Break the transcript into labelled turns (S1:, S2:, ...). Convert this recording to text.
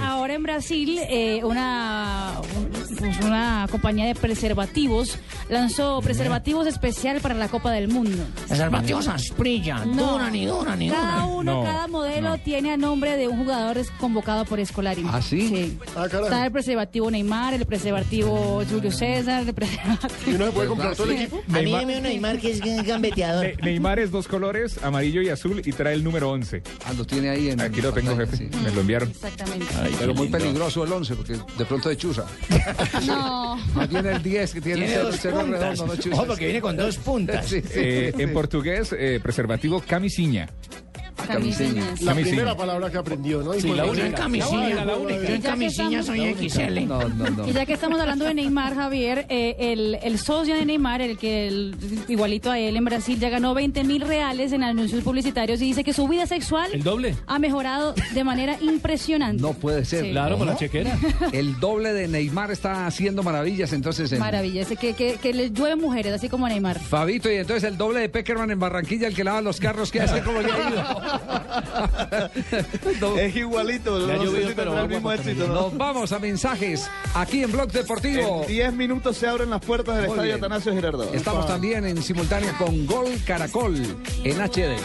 S1: Ahora en Brasil, eh, una, un- una compañía de preservativos lanzó preservativos especial para la Copa del Mundo.
S2: Preservativos asprilla,
S1: No.
S2: duran y duran y
S1: Cada
S2: duran.
S1: uno,
S3: No,
S1: cada modelo tiene a nombre de un jugador es- convocado por Escolari.
S2: ¿Ah, sí?
S4: Ah, carajo.
S1: Está el preservativo Neymar, el preservativo Julio César, el
S4: ¿Y
S1: preservativo...
S4: no se puede comprar todo el equipo?
S2: A mí
S3: Neymar-
S2: deme un Neymar que es gambeteador.
S3: Ne- Eh, Neymar es dos colores, amarillo y azul, y trae el número 11.
S5: Ah, lo tiene ahí en
S3: Aquí lo tengo,
S5: pantalla,
S3: jefe.
S5: sí.
S3: Me lo enviaron.
S1: Exactamente.
S5: Pero muy peligroso el 11, porque de pronto es chusa.
S1: No.
S5: Más bien el 10 que tiene,
S2: Tiene
S5: el
S2: dos
S5: cero
S2: puntas.
S5: redondo, no chusa.
S2: Ojo, porque viene con dos puntas.
S5: Sí, sí.
S3: Eh, en portugués, eh, preservativo camisinha.
S1: Camiseñas.
S4: La
S3: Camisilla.
S4: primera palabra que aprendió, ¿no? Y
S2: Sí,
S4: con
S2: la
S4: eso-
S2: única. Yo en camisilla,
S4: La única.
S2: yo en
S1: Ya que
S2: camisilla
S1: estamos-
S2: soy XL.
S5: No, no, no.
S1: Y ya que estamos hablando de Neymar, Javier, eh, el, el socio de Neymar, el que el- igualito a él en Brasil, ya ganó 20 mil reales en anuncios publicitarios y dice que su vida sexual
S6: ¿El doble?
S1: ha mejorado de manera impresionante.
S5: No puede ser.
S1: Sí.
S6: Claro, para la chequera.
S5: El doble de Neymar está haciendo maravillas, entonces. En...
S1: Maravilla, ese que, que, que le llueve mujeres, así como a Neymar.
S5: Fabito, y entonces el doble de Peckerman en Barranquilla, el que lava los carros, ¿qué hace? ¿Cómo le ha ido? No.
S7: Es igualito,
S6: Ya
S7: no
S6: llovió,
S7: sé si tendrá
S6: pero
S7: el
S6: agua
S7: mismo
S6: para tener.
S7: éxito. ¿no?
S5: Nos vamos a mensajes aquí en Blog Deportivo.
S7: En 10 minutos se abren las puertas del
S5: Muy
S7: estadio
S5: bien.
S7: Atanasio Girardot.
S5: Estamos también en simultáneo con Gol Caracol en HD.